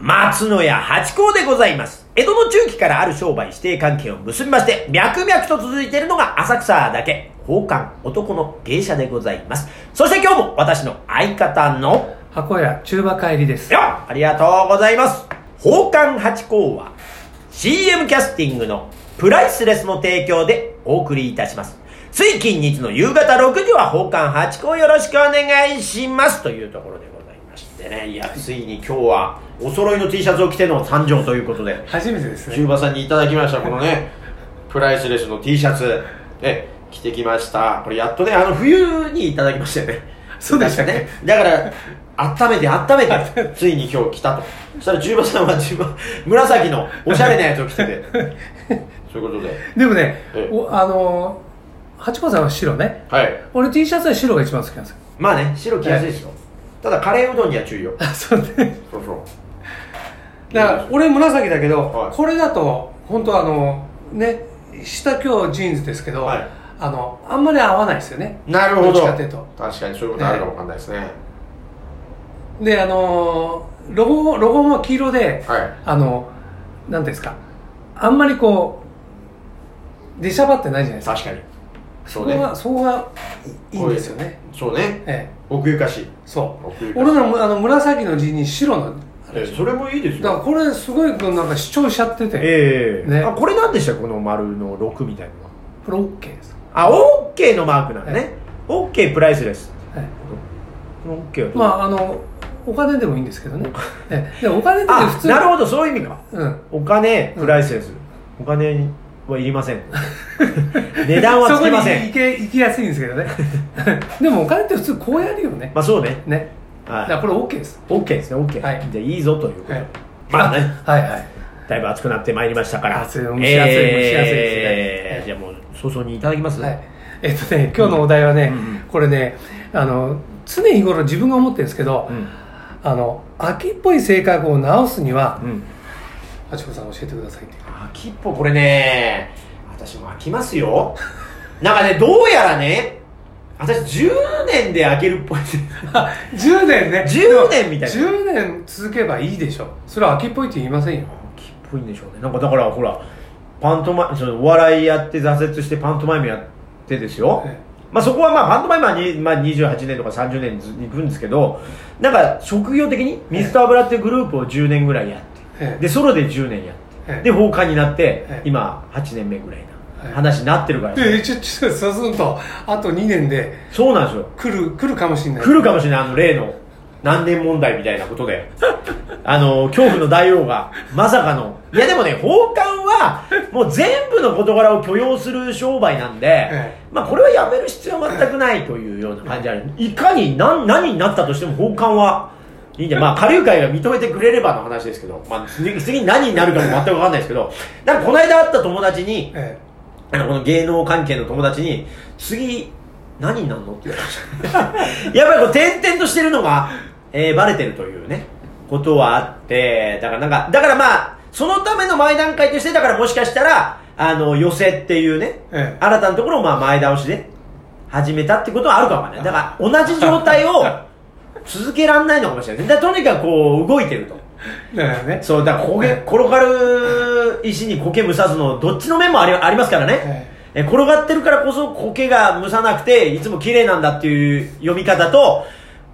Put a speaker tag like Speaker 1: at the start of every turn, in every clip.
Speaker 1: 松野屋八甲でございます。江戸の中期からある商売指定関係を結びまして、脈々と続いているのが浅草だけ、宝冠男の芸者でございます。そして今日も私の相方の、
Speaker 2: 箱屋中馬帰りです
Speaker 1: よっありがとうございます宝冠八甲は CM キャスティングのプライスレスの提供でお送りいたしますつい近日の夕方6時は宝冠八甲よろしくお願いしますというところでございましてねいやついに今日はお揃いの T シャツを着ての誕生ということで
Speaker 2: 初めてです
Speaker 3: 中
Speaker 2: ね
Speaker 3: 馬さんにいただきましたこの ねプライスレスの T シャツえ着てきましたこれやっとねあの冬にいただきましたよね
Speaker 2: そうでしたっけ
Speaker 3: 確かだから温めて温めてついに今日来たとそしたら中馬さんは中馬紫のおしゃれなやつを着て てそういうことで
Speaker 2: でもね
Speaker 3: ええ
Speaker 2: おあのー八甲さんは白ね
Speaker 3: はい
Speaker 2: 俺 T シャツは白が一番好きなんですよ
Speaker 3: まあね白着やすいですよただカレーうどんには注意よ
Speaker 2: あそうね
Speaker 3: そうそう
Speaker 2: だから俺紫だけど、
Speaker 3: はい
Speaker 2: これだと本当あのね下今日ジーンズですけど、
Speaker 3: はい
Speaker 2: あのあんまり合わないですよね
Speaker 3: なるほ
Speaker 2: どっ
Speaker 3: ど
Speaker 2: ちかっていうと
Speaker 3: 確かにそういうことあるかもわかんないですね、
Speaker 2: であのーロゴロゴも黄色で、
Speaker 3: はい
Speaker 2: あのなんていうんですかあんまりこう出しゃばってないじゃないですか
Speaker 3: 確かに
Speaker 2: そ
Speaker 3: そう
Speaker 2: こ
Speaker 3: ね
Speaker 2: がそこがいいいんですよね
Speaker 3: そうね
Speaker 2: ええ
Speaker 3: 奥ゆかしい
Speaker 2: そう
Speaker 3: 奥ゆかしい
Speaker 2: 俺のあの紫の字に白の
Speaker 3: えそれもいいです
Speaker 2: だから
Speaker 3: よ
Speaker 2: これすごいなんか主張しちゃってて、
Speaker 1: ええ
Speaker 2: ね
Speaker 1: あこれなんでしたこの丸の6みたいなのは
Speaker 2: これ OK です、
Speaker 1: あオッケーのマークなんだ
Speaker 2: はい
Speaker 1: ねオッケープライスレス
Speaker 2: はい
Speaker 1: このオッケーはどう
Speaker 2: まああのお金でもいいんですけど ね、ええでもお金って普
Speaker 1: あ
Speaker 2: 通
Speaker 1: なるほどそういう意味か
Speaker 2: うん
Speaker 1: お金プライスレス、お金はいりませ ん値段はつきませ
Speaker 2: そこに
Speaker 1: ん
Speaker 2: 行け行きやすいんですけ どねでもお金って普通こうやるよね
Speaker 1: まあそうね
Speaker 2: ねだから
Speaker 1: は
Speaker 2: これ OK です
Speaker 1: い OK ですね OK、
Speaker 2: はい
Speaker 1: じゃあいいぞということで、
Speaker 2: はい
Speaker 1: まあね
Speaker 2: はいはい
Speaker 1: だいぶ暑くなってまいりましたから
Speaker 2: 暑い蒸し暑い蒸し暑い
Speaker 1: え
Speaker 2: ですね
Speaker 1: ーじゃあもう早々にいただきます、
Speaker 2: はい、えっとね今日のお題はね、
Speaker 1: うん
Speaker 2: これねあの常日頃自分が思ってるんですけど、
Speaker 1: うん
Speaker 2: あの秋っぽい性格を直すには
Speaker 1: うん
Speaker 2: 八子さん教えてくださ いっていう
Speaker 3: 秋っぽこれね私も飽きますよなんかねどうやらね私10年で飽きるっぽい
Speaker 2: 10年ね
Speaker 1: 10年みたいな秋っ
Speaker 2: 10年続けばいいでしょそれは秋っぽいって言いませんよ
Speaker 1: ぽいんでしょうねなんかだからほらパントマイそのお笑いやって挫折してパントマイムやってですよ、
Speaker 2: え
Speaker 1: まあ、そこはまあパントマイムはに、まあ、28年とか30年ずに行くんですけどなんか職業的に水と油っていうグループを10年ぐらいやっ
Speaker 2: え
Speaker 1: て
Speaker 2: え
Speaker 1: でソロで10年やっ
Speaker 2: え
Speaker 1: て
Speaker 2: え
Speaker 1: で放火になって
Speaker 2: ええ
Speaker 1: 今8年目ぐらい
Speaker 2: ええ
Speaker 1: な話になってるから
Speaker 2: でちょちょそうするとあと2年で
Speaker 1: そうなんですよ
Speaker 2: 来る来るかもしれない
Speaker 1: 来るかもしれないあの例の何年問題みたいなことで あの恐怖の大王がまさかのいやでもね奉還はもう全部の事柄を許容する商売なんで、
Speaker 2: え
Speaker 1: まあこれはやめる必要は全くないというような感じあるいかに何何になったとしても奉還はいいんじゃまあ下流会が認めてくれればの話ですけど、まあ、次次に何になるかも全く分かんないですけどなんかこの間会った友達に
Speaker 2: え
Speaker 1: あの、この芸能関係の友達に、次、何になんのって言われました。 やっぱりこう、転々としてるのが、えー、バレてるというね、ことはあって、だからなんか、だからまあ、そのための前段階として、だからもしかしたら、あの、寄せっていうね、
Speaker 2: ええ
Speaker 1: 新たなところをまあ前倒しで始めたってことはあるかもね。だから、同じ状態を続けられないのかもしれない。だからとにかくこう、動いてると。
Speaker 2: えだからね
Speaker 1: そう、だから焦げ、転がる石に苔むさずの、どっちの面もありありますからね。え転がってるからこそ苔がむさなくて、いつも綺麗なんだっていう読み方と、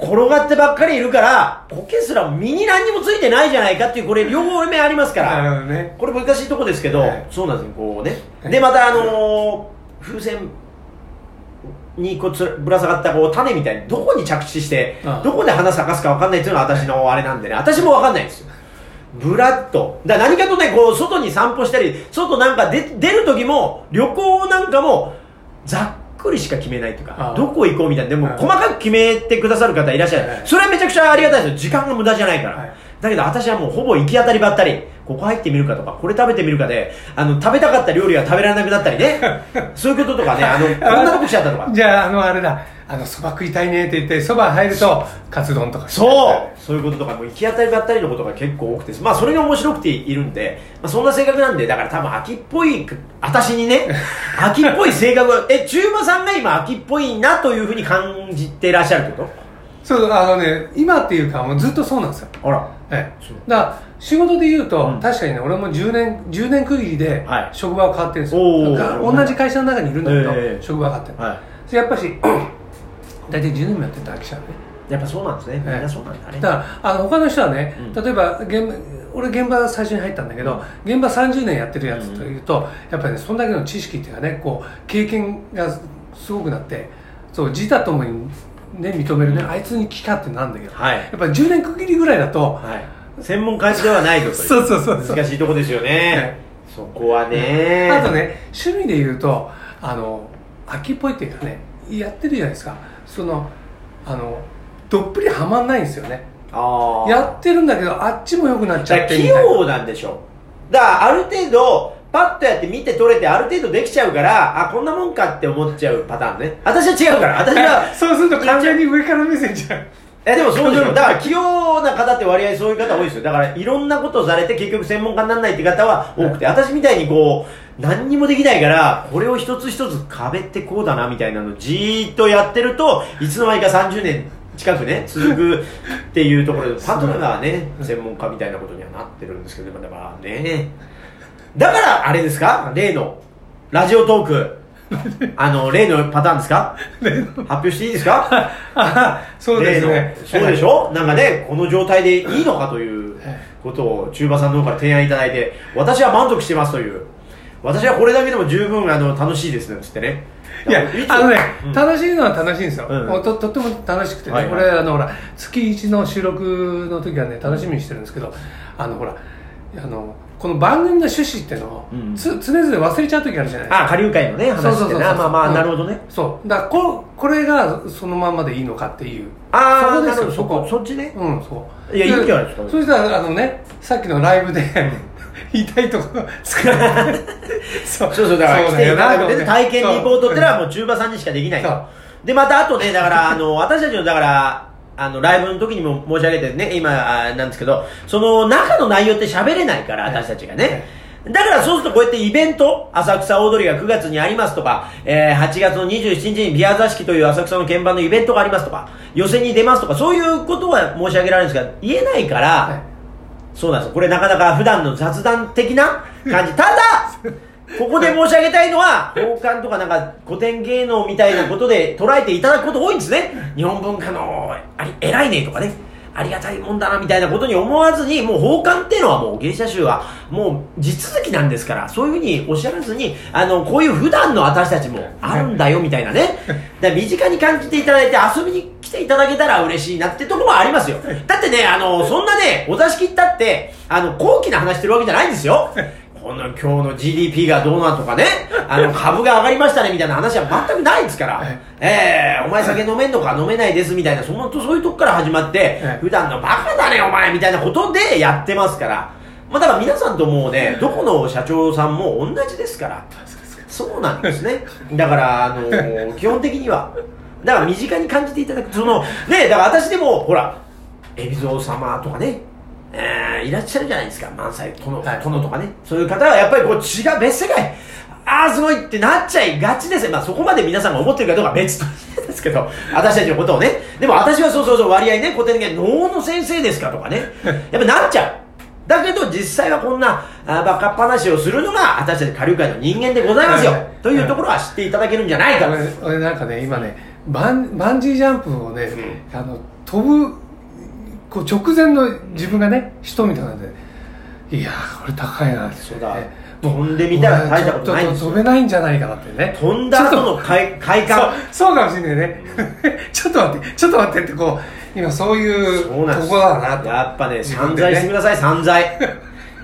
Speaker 1: 転がってばっかりいるから、苔すら身に何にもついてないじゃないかっていう、これ両方面ありますか
Speaker 2: なる
Speaker 1: ら。
Speaker 2: ほどね
Speaker 1: これ難しいとこですけど、
Speaker 2: はい
Speaker 1: そうなんですよ、こうね。
Speaker 2: はい
Speaker 1: で、またあのー風船にこうつらぶら下がったこう種みたいに、どこに着地して
Speaker 2: あ、あ
Speaker 1: どこで花咲かすか分かんないっていうのは私のあれなんでね、私も分かんないんですよ。ぶらっと。だから何かとね、こう、外に散歩したり、外なんか出出る時も、旅行なんかも、ざっくりしか決めないという
Speaker 2: あ
Speaker 1: か
Speaker 2: あ、
Speaker 1: どこ行こうみたいな、でも
Speaker 2: はい
Speaker 1: 細かく決めてくださる方いらっしゃ
Speaker 2: はい
Speaker 1: る。それはめちゃくちゃありがたいですよ。時間が無駄じゃないから。
Speaker 2: はい
Speaker 1: だけど私はもうほぼ行き当たりばったり、ここ入ってみるかとか、これ食べてみるかで、あの、食べたかった料理が食べられなくなったり ね。そういうこととかね、あの、こんなとこ来ちゃったとか。
Speaker 2: じゃああのあれだあのそば食いたいねって言ってそば入るとカツ丼とか
Speaker 1: そうそういうこととか、もう行き当たりばったりのことが結構多くて、まあそれが面白くているんで、まあそんな性格なんで、だから多分秋っぽい、私に ね、秋っぽい性格が、え、中馬さんが今秋っぽいなというふうに感じてらっしゃるってこ
Speaker 2: そうあのね今っていうかもうずっとそうなんですよ
Speaker 1: とあら。
Speaker 2: え
Speaker 1: そう
Speaker 2: え、だから仕事で言うと、
Speaker 1: うん
Speaker 2: 確かにね俺も10年10年区切りで
Speaker 1: はい
Speaker 2: 職場は変わってるんですよ、
Speaker 1: おー
Speaker 2: が同じ会社の中にいるんだけど、
Speaker 1: ええ
Speaker 2: 職場は変わってる、
Speaker 1: は
Speaker 2: それやっ ぱし大体10年もやってたわけじゃんね
Speaker 1: い。やっぱそうなんですね。みん
Speaker 2: ええ
Speaker 1: なそうなんだね。
Speaker 2: だからあの他の人はね、
Speaker 1: うん
Speaker 2: 例えば現俺現場最初に入ったんだけど、現場30年やってるやつというと、やっぱりねそんだけの知識っていうかねこう経験がすごくなってそう自他ともに、ね、認めるね、あいつに聞かってなんだけど、
Speaker 1: はい
Speaker 2: や。っぱり10年区切りぐらいだと、
Speaker 1: はい。専門家ではないぞとい
Speaker 2: そうそうそうそう
Speaker 1: 難しいとこですよね。そこはね。
Speaker 2: あと。ね趣味で言うとあの秋っぽいっていうかねやってるじゃないですかそのあのどっぷりはまんないんですよね
Speaker 1: ああ。
Speaker 2: やってるんだけどあっちも良くなっち
Speaker 1: だから
Speaker 2: ゃって
Speaker 1: 器
Speaker 2: みたいな
Speaker 1: 用なんでしょだからある程度パッとやって見て取れてある程度できちゃうからあこんなもんかって思っちゃうパターンね私は違うから私 は
Speaker 2: そうすると完全に上から目線じゃん
Speaker 1: えでもそうでしょだから器用な方って割合そういう方多いですよだからいろんなことをされて結局専門家にならないって方は多くて私みたいにこう何にもできないからこれを一つ一つ壁ってこうだなみたいなのをじーっとやってるといつの間にか30年近くね続くっていうとこ ろでパートナーがね専門家みたいなことにはなってるんですけどでもだからねだからあれですか例のラジオトークあの例のパターンですか発表していいですか
Speaker 2: あそうですね
Speaker 1: 例のそうでし
Speaker 2: ょ
Speaker 1: ょなんかね、この状態でいいのかということを中馬さんの方から提案いただいて、私は満足してますという。私はこれだけでも十分あの楽しいですね、つってね。
Speaker 2: いや
Speaker 1: つ
Speaker 2: あのね、
Speaker 1: うん
Speaker 2: 楽しいのは楽しいんですよ、
Speaker 1: うん
Speaker 2: もうととっても楽しくてね、
Speaker 1: はいはい
Speaker 2: 俺あのほら月1の収録の時はね楽しみにしてるんですけどあのほらあのこの番組の趣旨ってのを、
Speaker 1: うん
Speaker 2: つ常々忘れちゃう時あるじゃないですか
Speaker 1: あ、下流会のね、話
Speaker 2: そう
Speaker 1: っ
Speaker 2: そう
Speaker 1: て
Speaker 2: そう
Speaker 1: ね。
Speaker 2: そ
Speaker 1: あ
Speaker 2: う
Speaker 1: まあまあ、
Speaker 2: うん
Speaker 1: なるほどね。
Speaker 2: そうだからここれがそのまんまでいいのかっていう
Speaker 1: あ
Speaker 2: そ
Speaker 1: ー、
Speaker 2: こで
Speaker 1: な
Speaker 2: す
Speaker 1: るほ
Speaker 2: よ
Speaker 1: ど、そ
Speaker 2: そこ
Speaker 1: こ、そっちね。
Speaker 2: うんそう
Speaker 1: いやいいんじゃないですか
Speaker 2: そしたらあのねさっきのライブで 言いたいところ 使ってそう
Speaker 1: そうそう、だから来ていただくね体験リポートってのはも
Speaker 2: う
Speaker 1: う中馬さんにしかできない
Speaker 2: そ
Speaker 1: と
Speaker 2: う。
Speaker 1: で、またあとね、だから、あの、私たちの、だから、あの、ライブの時にも申し上げてね、今、あなんですけど、その中の内容って喋れないから、
Speaker 2: はい
Speaker 1: 私たちがね。だからそうするとこうやってイベント、浅草大通りが9月にありますとか、えー8月の27日にビア座敷という浅草の鍵盤のイベントがありますとか、寄せに出ますとか、そういうことは申し上げられるんですが、言えないから、
Speaker 2: はい
Speaker 1: そうなんですよこれなかなか普段の雑談的な感じただここで申し上げたいのは奉還とかなんか古典芸能みたいなことで捉えていただくこと多いんですね日本文化のあり偉いねとかねありがたいもんだなみたいなことに思わずにもう奉還っていうのはもう芸者集はもう地続きなんですからそういうふうにおっしゃらずにあのこういう普段の私たちもあるんだよみたいな ねだから身近に感じていただいて遊びに来ていただけたら嬉しいなってところはありますよだってねあのそんなねお座敷行ったってあの高貴な話してるわけじゃないんですよこの今日の GDP がどうなんとかねあ の株が上がりましたねみたいな話は全くないですから
Speaker 2: え
Speaker 1: ええお前酒飲めんのか飲めないですみたいなそのそういうとこから始まって
Speaker 2: え
Speaker 1: 普段のバカだねお前みたいなことでやってますからまあだから皆さんともうねどこの社長さんも同じですからそうなんですね。だから、あのー基本的には、だから身近に感じていただく。その、ね、だから私でも、ほら、海老蔵様とかね、えーいらっしゃるじゃないですか、満載、殿,、
Speaker 2: はい
Speaker 1: 殿とかね。そういう方はやっぱりこう違う、別世界。ああ、すごいってなっちゃいがちですよ。まあそこまで皆さんが思ってるかどうかは別としてですけど、私たちのことをね。でも私はそうそうそう、割合ね、古典的に能の先生ですかとかね。やっぱなっちゃう。だけど実際はこんなあーバカっ話をするのが私たち下流界の人間でございますよ、
Speaker 2: はい
Speaker 1: というところは知っていただけるんじゃないか、
Speaker 2: 俺俺なんかね今ねバンバンジージャンプをね、あの飛ぶこう直前の自分がね人みたいなんでいやーこれ高いなって、ね、
Speaker 1: そうだ
Speaker 2: も
Speaker 1: 飛んでみたら大したことないん
Speaker 2: ちょ
Speaker 1: で
Speaker 2: っ
Speaker 1: すよ
Speaker 2: 飛べないんじゃないかなってね
Speaker 1: 飛んだ後の快快
Speaker 2: そう
Speaker 1: 感
Speaker 2: そうかもしれないね ちょっと待ってちょっと待ってってこう今そういう
Speaker 1: そうなんで
Speaker 2: と
Speaker 1: す
Speaker 2: こだなと
Speaker 1: やっぱね
Speaker 2: 自
Speaker 1: 散
Speaker 2: 分でね
Speaker 1: 財してください散 財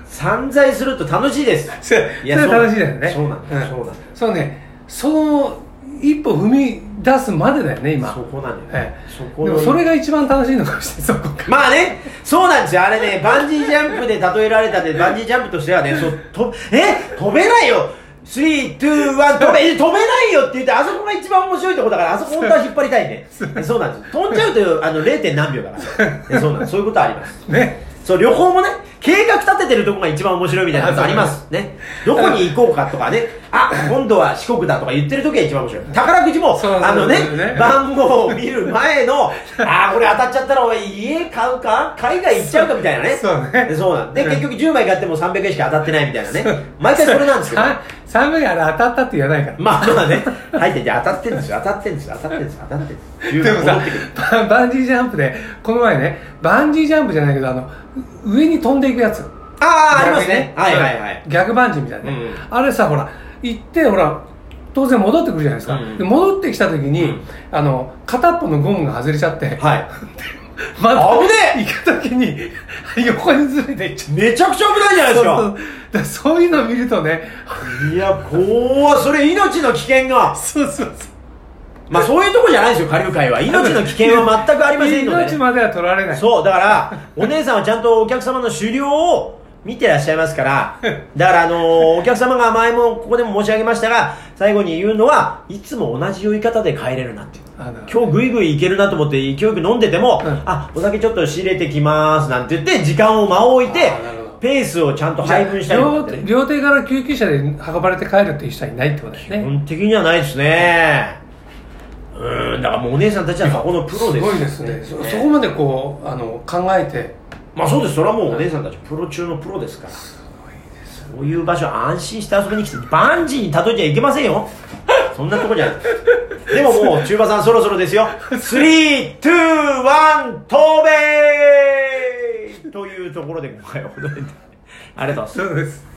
Speaker 1: 散財すると楽しいです
Speaker 2: それそ
Speaker 1: い
Speaker 2: れ
Speaker 1: や
Speaker 2: は楽しいだよね
Speaker 1: そうなんだよそうなんだよ
Speaker 2: そうねその一歩踏み出すまでだよね今
Speaker 1: そこなんだよ、
Speaker 2: ええ
Speaker 1: そこ
Speaker 2: で
Speaker 1: の
Speaker 2: もそれが一番楽しいのかもしれないそこか
Speaker 1: まあね、そうなんですよ。あれ ね、バンジージャンプで例えられたんで、バンジージャンプとしてはね、そう、と、え飛べないよ !3、2、1、飛べ、え飛べないよって言って、あそこが一番面白いとこだから、あそこ本当は引っ張りたい ね。えそうなんです。飛んじゃうという、あの、0. 何秒だから。えそうなんです。そういうことはあります。
Speaker 2: ね
Speaker 1: そう、旅行もね、計画立ててるとこが一番面白いみたいなことありますね。どこに行こうかとかね、あ、今度は四国だとか言ってる時が一番面白い。宝くじも、
Speaker 2: そう
Speaker 1: あのね
Speaker 2: そうです ね、
Speaker 1: 番号を見る前の、あー、これ当たっちゃったら俺家買うか海外行っちゃうかみたいなね。
Speaker 2: そうね
Speaker 1: でそうなんで、結局10枚買っても300円しか当たってないみたいなね。毎回それなんですけど。
Speaker 2: 寒いあれ当たったって言わないから
Speaker 1: まあまあね、入ってて当たってるんですよ、当たってるんですよ、当たってるんですよ、当たってるんですよ。
Speaker 2: でもさ
Speaker 1: 戻ってくる
Speaker 2: ババンジージャンプでこの前ねバンジージャンプじゃないけどあの上に飛んでいくやつ
Speaker 1: ああ、ありますね。はいはいはい。
Speaker 2: 逆バンジーみたいなね、
Speaker 1: うんうん
Speaker 2: あれさほら行ってほら当然戻ってくるじゃないですか、
Speaker 1: うんうん
Speaker 2: で戻ってきた時に、
Speaker 1: うん
Speaker 2: あの片っぽのゴムが外れちゃって、
Speaker 1: はい。
Speaker 2: また
Speaker 1: 危ね
Speaker 2: 行く時に 横にずれていっちゃ
Speaker 1: めちゃくちゃ危ないじゃな
Speaker 2: う
Speaker 1: いですか。
Speaker 2: そうだからそういうの見るとね
Speaker 1: いや、怖っそれ命の危険が。
Speaker 2: そうそうそう
Speaker 1: まあそういうとこじゃないですよ、下流会は。命の危険は全くありませんの
Speaker 2: 命
Speaker 1: で。
Speaker 2: までは取られない
Speaker 1: そう、だから、お姉さんはちゃんとお客様の狩猟を見てらっしゃいます から、だからあのーお客様が前もここでも申し上げましたが、最後に言うのは、いつも同じ酔い方で帰れるなっていう。
Speaker 2: あの
Speaker 1: 今日ぐいぐいいけるなと思って勢いよく飲んでても、
Speaker 2: うん
Speaker 1: あお酒ちょっと仕入れてきますなんて言って時間を間を置いて
Speaker 2: あーなるほど
Speaker 1: ペースをちゃんと配分したりとかって
Speaker 2: 両
Speaker 1: ね
Speaker 2: 両手から救急車で運ばれて帰るっていう人はいないってことです
Speaker 1: 基
Speaker 2: ね
Speaker 1: 本的にはないですねうーんだからもうお姉さんたちはそこのプロですす
Speaker 2: ごいですねそそこまでこうあの考えて
Speaker 1: まあそうですそれはもうお姉さんたちプロ中のプロですからそういう場所安心して遊びに来てバンジーに例えちゃいけませんよそんなとこじゃないでももう中馬さんそろそろですよ321飛べーというところで今回はほどいてありがとうございます
Speaker 2: そうです